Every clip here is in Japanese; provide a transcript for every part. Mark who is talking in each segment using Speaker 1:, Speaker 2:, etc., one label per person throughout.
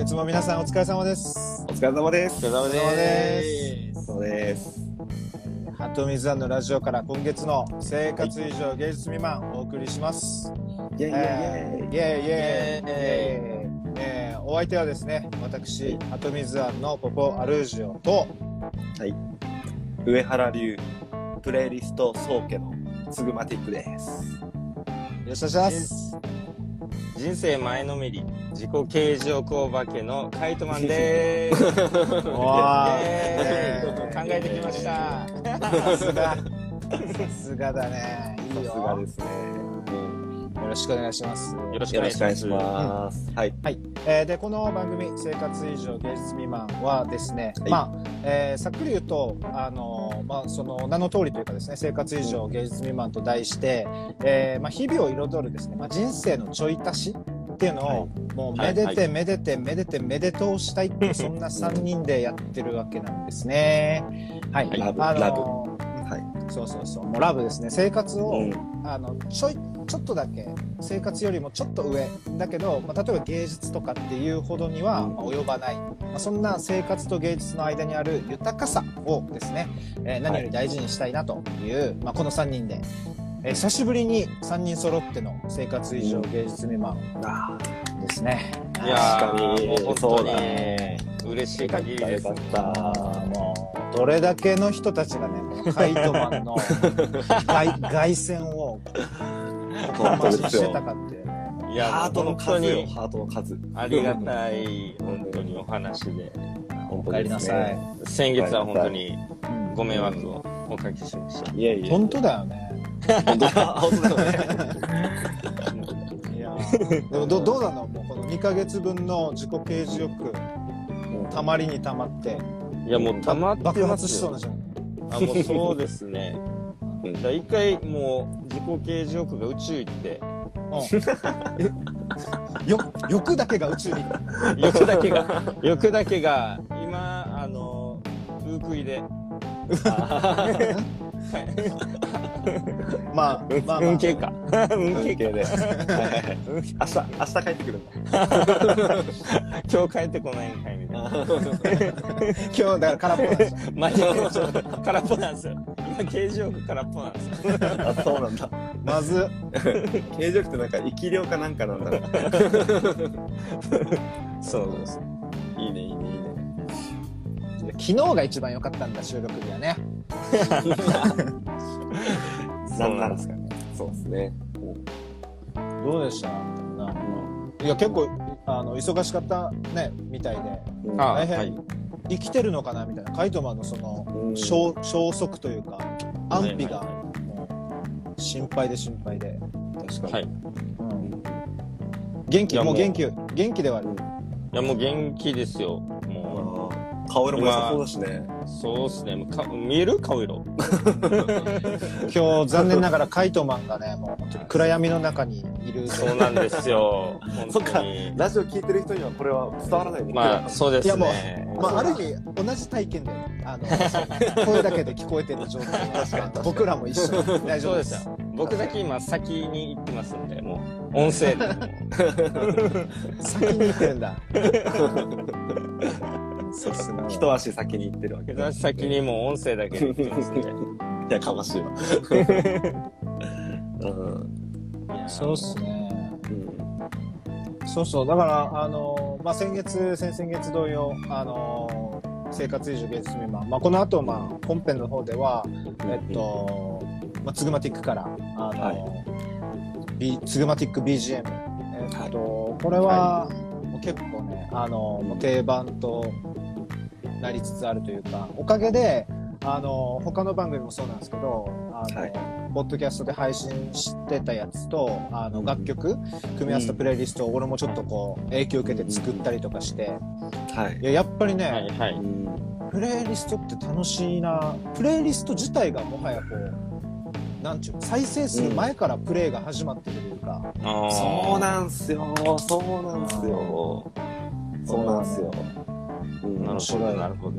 Speaker 1: いつも皆さんお疲れ様です。
Speaker 2: お疲れ様です。
Speaker 3: お疲れ様
Speaker 1: です
Speaker 2: そうです。
Speaker 1: ハトミズアンのラジオから今月の生活以上芸術未満お送りします。
Speaker 2: イェイイェイイェ
Speaker 1: え
Speaker 2: イ
Speaker 1: ーイエイイエイイ
Speaker 3: イエ
Speaker 1: エイえーお相手はですね、私、ハトミズアンのポポアルージオと、
Speaker 2: 上原流プレイリスト宗家のスグマティックです。
Speaker 1: よろしくお願いし ます。
Speaker 3: 人生前のめり自己形状工化けのカイトマンでーす
Speaker 1: わー
Speaker 3: え
Speaker 1: え
Speaker 3: ー
Speaker 1: ー
Speaker 3: 考えてきました
Speaker 1: さすが。さすがだね。い
Speaker 2: さ
Speaker 1: い
Speaker 2: すが
Speaker 1: よ。
Speaker 2: ですね。
Speaker 1: よろしくお願いします。
Speaker 3: よろしく
Speaker 2: よ
Speaker 3: お願
Speaker 2: ろ
Speaker 3: い
Speaker 2: し
Speaker 3: し
Speaker 2: くお願
Speaker 3: ま
Speaker 2: いしま
Speaker 3: す
Speaker 2: す。はい。
Speaker 1: えーでこの番組「生活以上芸術未満」はですね、
Speaker 2: はい
Speaker 1: まあえーさっくり言うと、あのーまあ、その名の通りというかですね「生活以上芸術未満」と題して、えーまあ、日々を彩るですね、まあ、人生のちょい足しっていうのを、
Speaker 2: はい
Speaker 1: もう
Speaker 3: は
Speaker 1: め
Speaker 3: い
Speaker 1: で
Speaker 3: は
Speaker 1: てめでてめでてめで通したいっていうそ んな3人でやってるわけなんですね。はい、
Speaker 2: ラブ
Speaker 1: あ
Speaker 2: ラブ
Speaker 1: のー
Speaker 2: はい
Speaker 1: そうそうそうもうラブですね生活を、あのちょいちょっとだけ生活よりもちょっと上だけど、まあ、例えば芸術とかっていうほどにはまあ及ばない、まあ、そんな生活と芸術の間にある豊かさをですね、えー何より大事にしたいなという、まあ、この3人で、えー久しぶりに3人揃っての生活以上芸術未満
Speaker 2: あ
Speaker 1: ですね。
Speaker 3: い
Speaker 2: 確
Speaker 3: や
Speaker 2: か
Speaker 3: ー
Speaker 2: に
Speaker 3: もう本
Speaker 2: そ
Speaker 3: 当
Speaker 2: うだね
Speaker 3: に嬉し
Speaker 2: ー
Speaker 3: い限りです
Speaker 2: よかった。も
Speaker 1: どれだけの人たちがね、このカイトマ ンの外凱旋を
Speaker 2: う本当
Speaker 1: 回し
Speaker 2: です
Speaker 1: して
Speaker 2: よ
Speaker 1: た。かっていうね。
Speaker 3: いや
Speaker 2: ハートの
Speaker 3: 本当
Speaker 2: 数よ。
Speaker 3: に
Speaker 2: ハートの数。
Speaker 3: ありがたい本当にお話で
Speaker 2: 本
Speaker 1: お
Speaker 2: 当
Speaker 1: 帰
Speaker 2: で
Speaker 1: り
Speaker 2: すね
Speaker 1: なさい。
Speaker 3: 先月は本当に
Speaker 1: うん
Speaker 3: ご迷惑をおかけしました
Speaker 2: いえいえ。
Speaker 1: 本当だよね。
Speaker 2: 本当だ。本当だよね。
Speaker 1: いやー でもどどうなのもうこの2ヶ月分の自己刑示欲たまりにたまって
Speaker 3: いやもうたまってます
Speaker 1: 爆
Speaker 3: よ
Speaker 1: 発しそうなじゃん
Speaker 3: あもうそうですね
Speaker 2: うん
Speaker 3: だから一回もう自己啓示欲が宇宙行って
Speaker 1: よ欲だけが宇宙に行く
Speaker 3: 欲だけが 欲だけが今あのウークイで
Speaker 1: まあまあ、まあ
Speaker 3: 運、慶か運
Speaker 2: 関
Speaker 3: 慶か
Speaker 2: 係で。はい明日明日帰ってくるんだ。
Speaker 3: 今日帰ってこないんかいみ たいな
Speaker 1: 今日だから空っぽなんですよ
Speaker 3: マジでちょっと空っぽなんですよ今刑事欲空っぽなんですよ
Speaker 2: あそうなんだ。
Speaker 1: まず
Speaker 2: 形状ってなんか生き量かなんかなんだろう。
Speaker 3: そうです
Speaker 2: いいねいいねいいね。
Speaker 1: 昨日が一番良かったんだ収録日はね
Speaker 3: そうなんです
Speaker 2: かね。そうですね。
Speaker 1: どうでしたいや結構あの忙しかったねみたいで大
Speaker 3: あは
Speaker 1: 変
Speaker 3: い
Speaker 1: 生きてるのかなみたいなカイトマンのその
Speaker 2: うん
Speaker 1: 消消息というか安否が
Speaker 3: はいは
Speaker 1: もう心配で心配で、
Speaker 2: 確かに。
Speaker 3: はいい
Speaker 1: うん、元気
Speaker 3: いや
Speaker 1: も
Speaker 3: も
Speaker 1: う
Speaker 3: う
Speaker 1: 元気元気ではある
Speaker 3: やもう元気ですよも
Speaker 2: あー顔色も良さそうだしね。
Speaker 3: うそうっすねもうか見える顔色
Speaker 1: 今日残念ながらカイトマンがねもう本当に暗闇の中にいる
Speaker 3: そうなんです よ本
Speaker 2: そっか
Speaker 3: 当に
Speaker 2: ラジオ聞いてる人にはこれは伝わらないね。
Speaker 3: まあそうです
Speaker 1: い
Speaker 3: ね
Speaker 1: やもうまあ、あ
Speaker 2: そう
Speaker 1: る
Speaker 2: だ
Speaker 1: 意味同じ体験であ の声だけで聞こえてる状態が僕らも一緒で大丈
Speaker 3: そう
Speaker 1: 夫で
Speaker 3: ですすよ僕だけ今先に行ってますんでもう音声でもう
Speaker 1: 先に行ってるんだ そうすね
Speaker 2: 一足先に行ってるわけ
Speaker 3: 私先にもう音声だけで言ってますんで
Speaker 2: いやかましいわ。 うん
Speaker 1: そうっすね
Speaker 2: うん
Speaker 1: そうそうだからあの、まあ、先月先々月同様あの生活以上芸術未満、まあ、この後、まあ本編の方ではえっと、まあ、ツグマティックからあの、
Speaker 2: は
Speaker 1: B ツグマティック BGM えっと、これは、もう結構ねあの、もう定番となりつつあるというかおかげであの他の番組もそうなんですけどあの、
Speaker 2: はい
Speaker 1: ポッドキャストで配信してたやつとあの
Speaker 2: うん
Speaker 1: 楽曲、組み合わせたプレイリストを俺もちょっとこう影響受けて作ったりとかして
Speaker 2: はい
Speaker 1: い。ややっぱりね、
Speaker 3: はい
Speaker 2: う
Speaker 3: はい
Speaker 2: ん
Speaker 1: プレイリストって楽しいなプレイリスト自体がもはやこうなんちゅうの再生する前からプレイが始まってるというか、
Speaker 2: そう
Speaker 3: だ
Speaker 2: なんすよ。そうなんすよ。そうなんすよ。うん
Speaker 3: なる
Speaker 1: 面
Speaker 3: ほ
Speaker 1: 白
Speaker 3: ど
Speaker 1: い
Speaker 3: なるほど
Speaker 2: う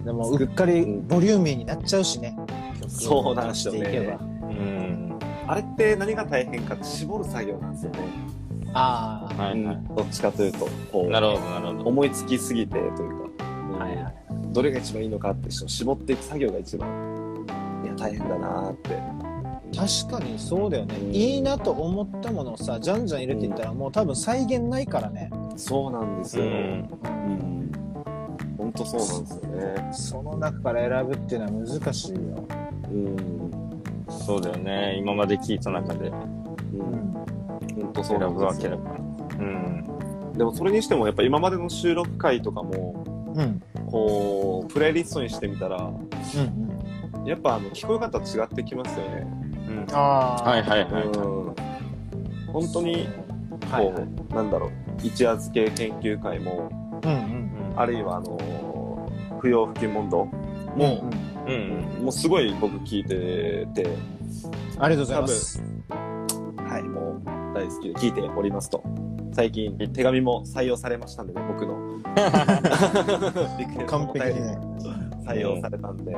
Speaker 2: ん
Speaker 1: でもうっかりボリューミーになっちゃうしね
Speaker 2: そうなんですよね
Speaker 1: 曲を出していけば
Speaker 3: うん
Speaker 2: あれって何が大変かって絞る作業なんですよね。
Speaker 1: ああ、
Speaker 3: はいはい。
Speaker 2: どっちかというとこう
Speaker 3: なるほど、なるほど。
Speaker 2: 思いつきすぎてというか、うん
Speaker 1: はいはい
Speaker 2: どれが一番いいのかって人絞っていく作業が一番いや大変だなーって
Speaker 1: 確かにそうだよね、
Speaker 2: うん
Speaker 1: いいなと思ったものをさじゃんじゃん入れていったら、もう多分再現ないからね
Speaker 2: そうなんです
Speaker 3: う
Speaker 2: よ、
Speaker 3: ん。
Speaker 2: うん本当そうなんですよね。
Speaker 1: その中から選ぶっていうのは難しいよ、
Speaker 2: うん。
Speaker 3: そうだよね。今まで聞いた中で
Speaker 2: うん。本当そ
Speaker 3: 選
Speaker 2: う
Speaker 3: ぶ
Speaker 2: なん
Speaker 3: わ
Speaker 2: です
Speaker 3: け
Speaker 2: よ
Speaker 3: だから。うん。
Speaker 2: でもそれにしてもやっぱ今までの収録回とかも、
Speaker 1: うん、うん
Speaker 2: こう、プレイリストにしてみたら、
Speaker 1: うん
Speaker 2: やっぱあの、聞こえ方違ってきますよね。
Speaker 3: うん。
Speaker 1: ああ
Speaker 3: はいはいはい。
Speaker 2: うん。本当に、こう、
Speaker 1: はいはい
Speaker 2: なんだろう、一夜漬け研究会も、
Speaker 1: うんうん
Speaker 2: あるいはあのー不要不急問答も、
Speaker 1: うん
Speaker 3: うん。う。
Speaker 2: うんもうすごい僕聞いてて、
Speaker 1: ありがとうございます
Speaker 2: はい、もう大好きで聞いておりますと。最近手紙も採用されましたんでね、僕の。 リクエストも
Speaker 1: 完璧ね
Speaker 2: 採用されたんで、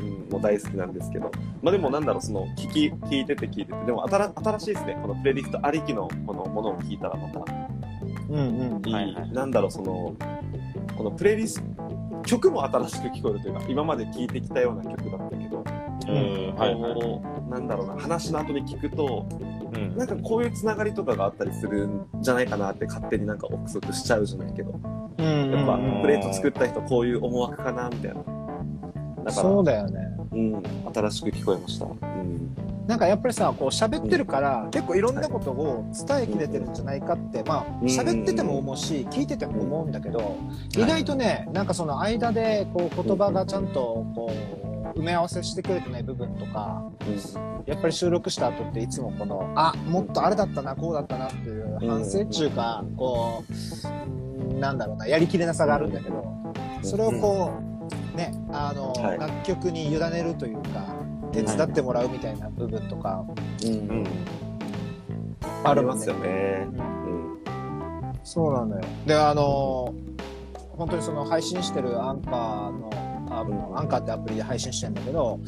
Speaker 2: うん、もう大好きなんですけど。まあでもなんだろう、その聞き、聞いてて聞いてて、でも新新しいですね、このプレイリストありきのこのものを聞いたらまた
Speaker 1: うんうん
Speaker 2: いい
Speaker 3: はいはい
Speaker 2: なんだろうそのこのプレイリスト曲も新しく聞こえるというか今まで聴いてきたような曲だったけど、
Speaker 3: うん。はいはい。
Speaker 2: こうなんだろうな話の後に聞くと
Speaker 3: うん
Speaker 2: なんかこういうつながりとかがあったりするんじゃないかなって勝手になんか憶測しちゃうじゃないけど
Speaker 1: うん
Speaker 2: やっぱ
Speaker 3: うん
Speaker 2: プレート作った人こういう思惑かなみたいなだから
Speaker 1: そう
Speaker 2: う、
Speaker 1: だよね
Speaker 2: ん、新しく聞こえました、うん
Speaker 1: なんかやっぱりさこう喋ってるから、結構いろんなことを伝えきれてるんじゃないかって、まあ
Speaker 2: うん
Speaker 1: 喋ってても思うし聞いてても思うんだけど、意外とねなんかその間でこう言葉がちゃんとこう埋め合わせしてくれてない部分とかやっぱり収録した後っていつもこのあもっとあれだったなこうだったなっていう反省中か、
Speaker 2: うん
Speaker 1: こうなんだろうなやりきれなさがあるんだけど、それをこうねあの、
Speaker 2: はい
Speaker 1: 楽曲に委ねるというか手伝ってもらうみたいな部分とか
Speaker 2: うん
Speaker 3: うん。
Speaker 2: ありますよね、
Speaker 1: うん
Speaker 2: うん
Speaker 1: そうなのよであの本当にその配信してるアンカーのあ
Speaker 2: うん
Speaker 1: アンカーってアプリで配信してんだけど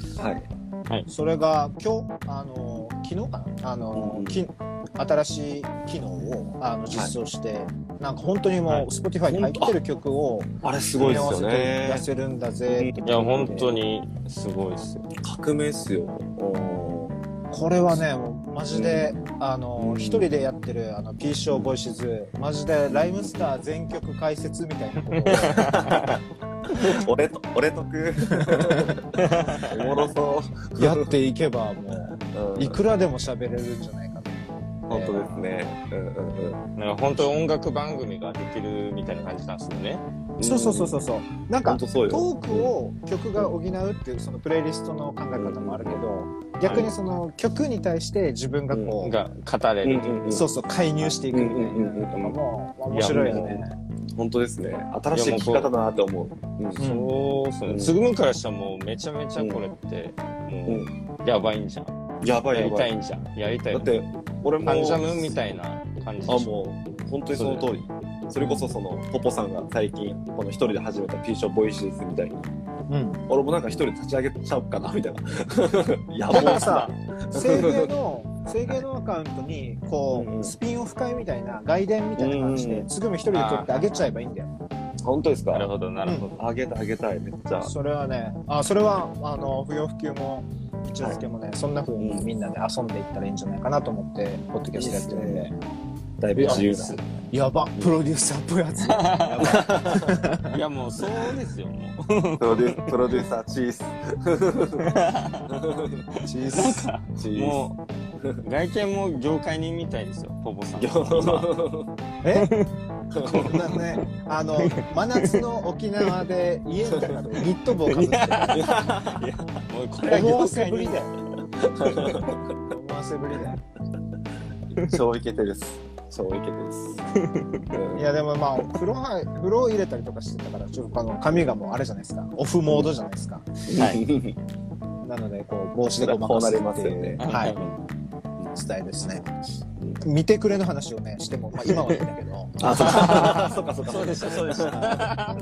Speaker 2: はい
Speaker 1: それが今日あの昨日かなあの、
Speaker 2: うん
Speaker 1: き新しい機能をあの実装して、なんか本当に
Speaker 3: はい
Speaker 1: もう Spotify に入ってる曲を
Speaker 2: あれすごい
Speaker 1: 組み
Speaker 2: で
Speaker 1: 合
Speaker 2: す
Speaker 1: わ
Speaker 2: よ
Speaker 1: せて
Speaker 2: ね
Speaker 1: 出せるんだぜ
Speaker 3: いや、本当にすごいっすよ。
Speaker 2: 革命っすよ。お
Speaker 1: これはねもうマジで、あの
Speaker 2: うん
Speaker 1: 一人でやってるあの P ショーボイシズマジでライムスター全曲解説みたいなことを
Speaker 2: ー俺と、俺と く。おもろそ
Speaker 1: やっていけばも
Speaker 2: う。
Speaker 1: ういくらでも喋れるんじゃないかと
Speaker 2: 本当ですね。うんうん
Speaker 3: なんか本当に音楽番組ができるみたいな感じなんですよね。
Speaker 2: うん。
Speaker 1: そうそうそうそうそうなんか
Speaker 2: 本当そうよ。
Speaker 1: トークを曲が補うっていうそのプレイリストの考え方もあるけど逆にその曲に対して自分がこう、
Speaker 3: が語れ
Speaker 2: うん
Speaker 3: る。
Speaker 2: うんうん。
Speaker 1: そうそう介入していくみたいなのとかもまあ面白いよね
Speaker 2: 本当ですね。新しい聞き方だなって思う。うん
Speaker 1: ん
Speaker 3: そうっす
Speaker 2: うん
Speaker 3: ね。つぐむからしたらもうめちゃめちゃこれって、もう、やばいんじゃん。
Speaker 2: やばい
Speaker 3: や
Speaker 2: や
Speaker 3: り
Speaker 2: ば
Speaker 3: た
Speaker 2: い。
Speaker 3: いんじゃん。やりた
Speaker 2: だ
Speaker 3: いよ
Speaker 2: っ
Speaker 3: ね。
Speaker 2: て、俺も。
Speaker 3: パンジャムみたいな感じ
Speaker 2: あ、もう、本当にその通り。それこそその、ポポさんが最近、この一人で始めた P ショーボイシーズみたいに、
Speaker 1: うん
Speaker 2: 俺もなんか一人立ち上げちゃおうかな、みたいな。 や
Speaker 1: だか
Speaker 2: ば
Speaker 1: ら
Speaker 2: い
Speaker 1: さ
Speaker 2: さ。
Speaker 1: 制芸の制芸のアカウントにこ
Speaker 2: うんう
Speaker 1: うんスピンオフ会みたいな外伝みたいな感じ
Speaker 2: うん
Speaker 1: で
Speaker 2: うん
Speaker 1: つぐみ一人で撮ってあげちゃえばいいんだよ
Speaker 2: 本当です
Speaker 3: なる
Speaker 2: か
Speaker 3: ほど、なるほど。
Speaker 2: あげたあげたい、めっちゃ。
Speaker 1: それはねあそれはあの不要不急も一夜漬けもねそんな風にみんなで遊んでいったらいいんじゃないかなと思ってポッドキャストやってるんで
Speaker 2: だいぶ自由な。
Speaker 1: やばプロデューサーっぽいやつ
Speaker 3: いや、もうそうですよ、もう。
Speaker 2: プロデュプロデューサーチース。チース。チース。
Speaker 3: もう、外見も業界人みたいですよ、ポポさん。
Speaker 1: えこんなね あの真夏の沖縄で家の中でニット帽かぶって
Speaker 3: もうこれ
Speaker 1: る思
Speaker 3: は
Speaker 1: わ
Speaker 3: 業
Speaker 1: せ
Speaker 3: 界
Speaker 1: ぶり
Speaker 3: 人
Speaker 1: だよ思わせぶりだよ
Speaker 2: 超イケてです。超イケてです。
Speaker 1: いやでもまあ風呂入風呂入れたりとかしてたからちょっとあの髪がもうあれじゃないですかオフモードじゃないですか、
Speaker 2: はい。
Speaker 1: なのでこう帽子でごま
Speaker 2: こうな
Speaker 1: かす
Speaker 2: り
Speaker 1: っ
Speaker 2: ます
Speaker 1: て
Speaker 2: よ
Speaker 1: いう、
Speaker 2: ね。
Speaker 1: はいスタイルですね見てくれの話をねしても、まあ、今はいいんだけど
Speaker 2: あ、そっか。そっかそっか。
Speaker 3: そうでした、そうでした。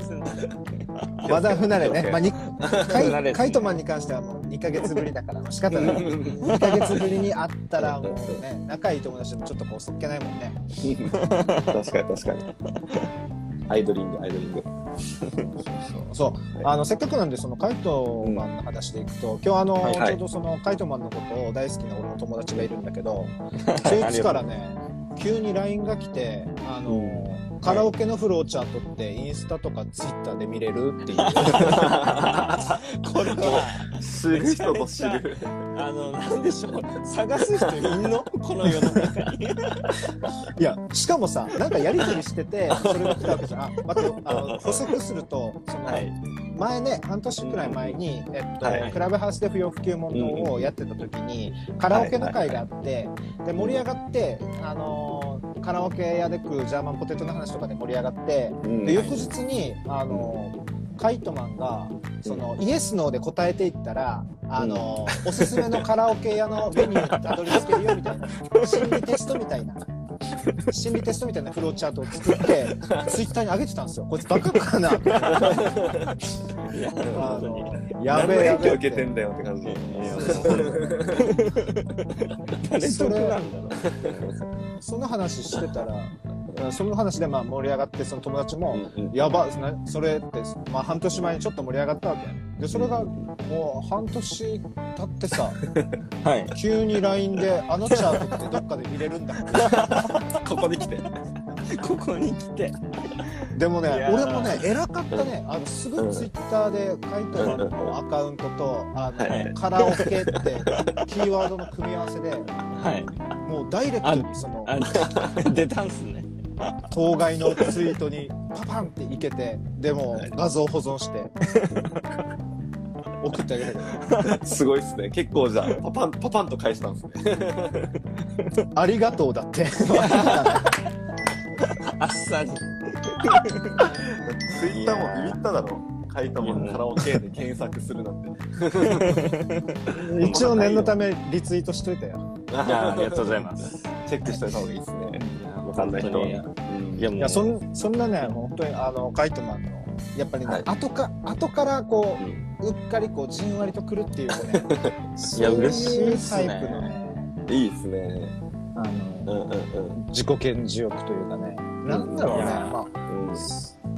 Speaker 1: まだ不慣れね。まあ、にカ
Speaker 3: 慣れですね
Speaker 1: イカイトマンに関してはもう2ヶ月ぶりだから、仕方ない。2ヶ月ぶりに会ったら、もうね、仲いい友達でもちょっとこう、そっけないもんね。
Speaker 2: 確かに確か に。アイドリング、アイドリング。
Speaker 1: そう、
Speaker 2: はい
Speaker 1: あのせっかくなんでそのカイトマンの話でいくと、今日あの、
Speaker 3: はい
Speaker 2: はい
Speaker 1: ちょうどそのカイトマンのことを大好きな俺の友達がいるんだけど、
Speaker 3: あ
Speaker 1: そい
Speaker 3: り
Speaker 1: つ
Speaker 3: がとう
Speaker 1: からね急に LINE が来てあの、カラオケのフローチャートってインスタとかツイッターで見れるっていうこれは
Speaker 2: 知る人と知る。
Speaker 3: あの、なんでしょう。探す人いんのこの世の中に。
Speaker 1: いやしかもさなんかやり取りしててそれが来たわけじゃんあまたあの補足するとその、
Speaker 3: はい。
Speaker 1: 前ね半年くらい前に、えっと
Speaker 2: はい
Speaker 1: クラブハウスで不要不急問答をやってた時に、カラオケの会があって、で盛り上がって、あのーカラオケ屋で食うジャーマンポテトの話とかで盛り上がって
Speaker 2: うん
Speaker 1: で翌日に、あのーカイトマンがそのイエスノーで答えていったら、あのーおすすめのカラオケ屋のメニューにたどり着けるよみたいな心理テストみたいな。心理テストみたいなフローチャートを作ってツイッターに上げてたんですよこいつバカかなって
Speaker 3: いや、
Speaker 1: あ
Speaker 3: 本当に。
Speaker 1: の
Speaker 2: や
Speaker 1: やべ
Speaker 2: べ
Speaker 1: え
Speaker 2: え
Speaker 1: や
Speaker 2: 影響
Speaker 1: べえっ
Speaker 2: 受けて
Speaker 1: て
Speaker 2: んだよって感じ。
Speaker 3: 誰得なんだろう。
Speaker 1: その話してたらうんその話でまあ盛り上がってその友達も「やばなそれ」って、まあ、半年前にちょっと盛り上がったわけでそれがもう半年経ってさ
Speaker 3: はい。
Speaker 1: 急に LINE で「あのチャートってどっかで見れるんだ
Speaker 2: ここに来て。
Speaker 3: ここに来て。」
Speaker 1: でもね
Speaker 3: いやー
Speaker 1: 俺もね偉かったねあのすぐ Twitter でカイトマンのアカウントとあの、
Speaker 2: はい
Speaker 1: カラオケってキーワードの組み合わせで
Speaker 3: はい。
Speaker 1: もうダイレクトにその。
Speaker 3: あ、 出たんすね。
Speaker 1: 当該のツイートにパパンっていけてでも画像保存して送ってあげたけど
Speaker 2: すごいっすね。結構じゃあ、パパン、パパンと返したんですね。
Speaker 1: ありがとうだって
Speaker 3: あっさり。
Speaker 2: ツイッターもビビっただろ。カイトマンカラオケで検索するなんて。
Speaker 1: 一応念のためリツイートしといたよ
Speaker 3: いやありがとうございます。
Speaker 2: チェックしといた方がいいですね。わかんない人はね。うん
Speaker 3: いや、もう。
Speaker 1: いやそんそんなね本当にあのカイトマンのやっぱりね、
Speaker 2: はい
Speaker 1: 後か後からこ
Speaker 2: う
Speaker 1: ううっかりこうじんわりとくるっていうかね
Speaker 3: いや
Speaker 1: そう
Speaker 3: 嬉し
Speaker 1: い
Speaker 3: いっ
Speaker 1: う
Speaker 3: す
Speaker 1: タ
Speaker 3: ね
Speaker 1: イプのね
Speaker 2: いいですね。
Speaker 1: あ
Speaker 2: うん
Speaker 1: の
Speaker 2: うんうん
Speaker 1: 自己顕示欲というかねなんだろうね、
Speaker 3: いやー
Speaker 1: まあ
Speaker 2: うん。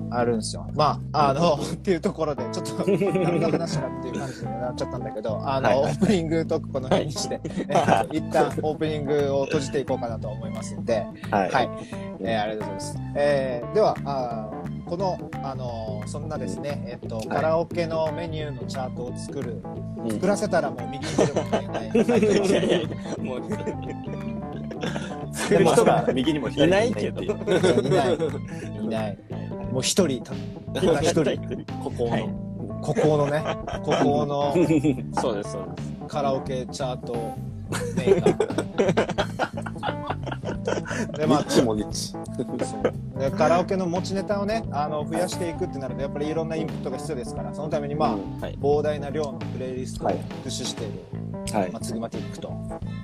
Speaker 1: あるんですよ。まあ、あの、っていうところで、ちょっと、何の話かっていう感じになっちゃったんだけど、あの、
Speaker 2: はい
Speaker 1: オープニングトークこの辺にして、えー一旦オープニングを閉じていこうかなと思いますんで、
Speaker 2: はい。
Speaker 1: はい、えーありがとうございます。えーでは、あーこの、あのそんなですね、えっ、と、カラオケのメニューのチャートを作る、
Speaker 2: うん
Speaker 1: 作らせたらもう右に出ることがいない。
Speaker 3: いやいやいや、もう、
Speaker 2: 作る人が右にも左にもってう
Speaker 3: いな
Speaker 1: いない、いない。もう一人、今一 人、
Speaker 2: ここ
Speaker 3: はい
Speaker 2: の。
Speaker 1: ここのね、ここの、
Speaker 3: そうです、そうです。
Speaker 1: カラオケチャートメーカーで
Speaker 2: ニ
Speaker 1: まあ
Speaker 2: ッチもニッチ。
Speaker 1: そうでカラオケの持ちネタをねあの増やしていくってなるとやっぱりいろんなインプットが必要ですからそのためにまあ、
Speaker 3: はい。
Speaker 1: 膨大な量のプレイリストを
Speaker 2: はい
Speaker 1: 駆使している、
Speaker 2: はい
Speaker 1: まあ、つぐまティックと、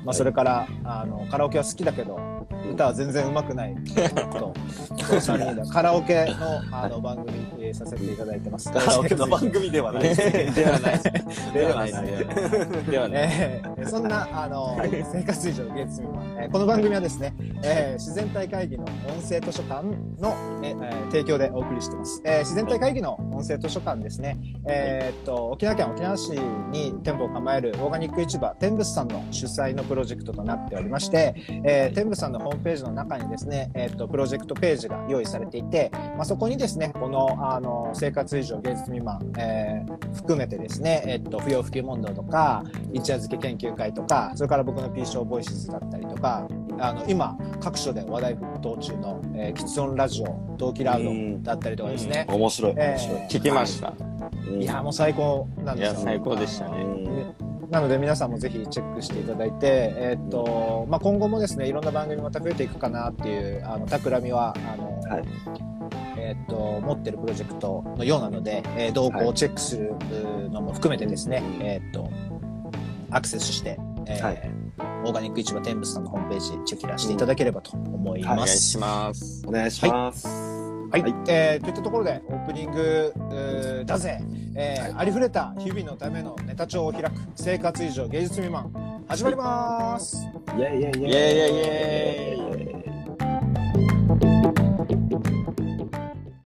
Speaker 1: まあ、それから、あのカラオケは好きだけど歌は全然上手 くないとこの三人でカラオケのあの番組、えーさせていただいてます。
Speaker 2: カラオケの番 組ではない。
Speaker 3: ではない。
Speaker 1: で
Speaker 3: で
Speaker 1: は
Speaker 3: は
Speaker 1: な
Speaker 3: ないい。
Speaker 1: で
Speaker 3: ではない。
Speaker 1: えーそんな、あの、生活以上の月曜日は、えーこの番組はですね、えー自然体会議の音声図書館の、えーえー提供でお送りしてます。えー自然体会議の音声図書館ですね、えーっと、沖縄県沖縄市に店舗を構えるオーガニック市場、天仏さんの主催のプロジェクトとなっておりまして、えー天仏さんのホームページの中にですね、えーっと、プロジェクトページが用意されていて、まあ、そこにですね、この、あの、生活以上芸術未満、えー含めてですね、えーっと、不要不急問答とか、一夜漬け研究会とかそれから僕の P 賞ボイスズだったりとかあの今各所で話題沸騰中の「えー、キツ音ラジオ」「同期ラウド」だったりとかですね、
Speaker 2: 面白い。
Speaker 1: え
Speaker 2: 面白い。
Speaker 3: 聞きました。
Speaker 2: うん
Speaker 1: いやもう最高なん
Speaker 3: い
Speaker 1: です
Speaker 3: や、
Speaker 1: よ
Speaker 3: 最高でした
Speaker 1: あの
Speaker 3: ね。
Speaker 1: なので皆さんもぜひチェックしていただいて、えーっとまあ、今後もですねいろんな番組また増えていくかなっていうあの企みはあの、
Speaker 2: はい
Speaker 1: えーっと持ってるプロジェクトのようなので、えー動向をチェックするのも含めてですね、えーっとアクセスして、えー
Speaker 2: はい
Speaker 1: オーガニック市場天仏さんのホームページチェックらしていただければと思い
Speaker 3: お願
Speaker 1: ま
Speaker 3: い
Speaker 1: す。
Speaker 3: します。
Speaker 2: お願いします。
Speaker 1: はい、
Speaker 2: はい
Speaker 1: えーといったところでオープニング、えーだぜ、えーありふれた日々のためのネタ帳を開く生活以上芸術未満始まります、
Speaker 2: イェイイェイイェイ
Speaker 3: イェイイェイイェイ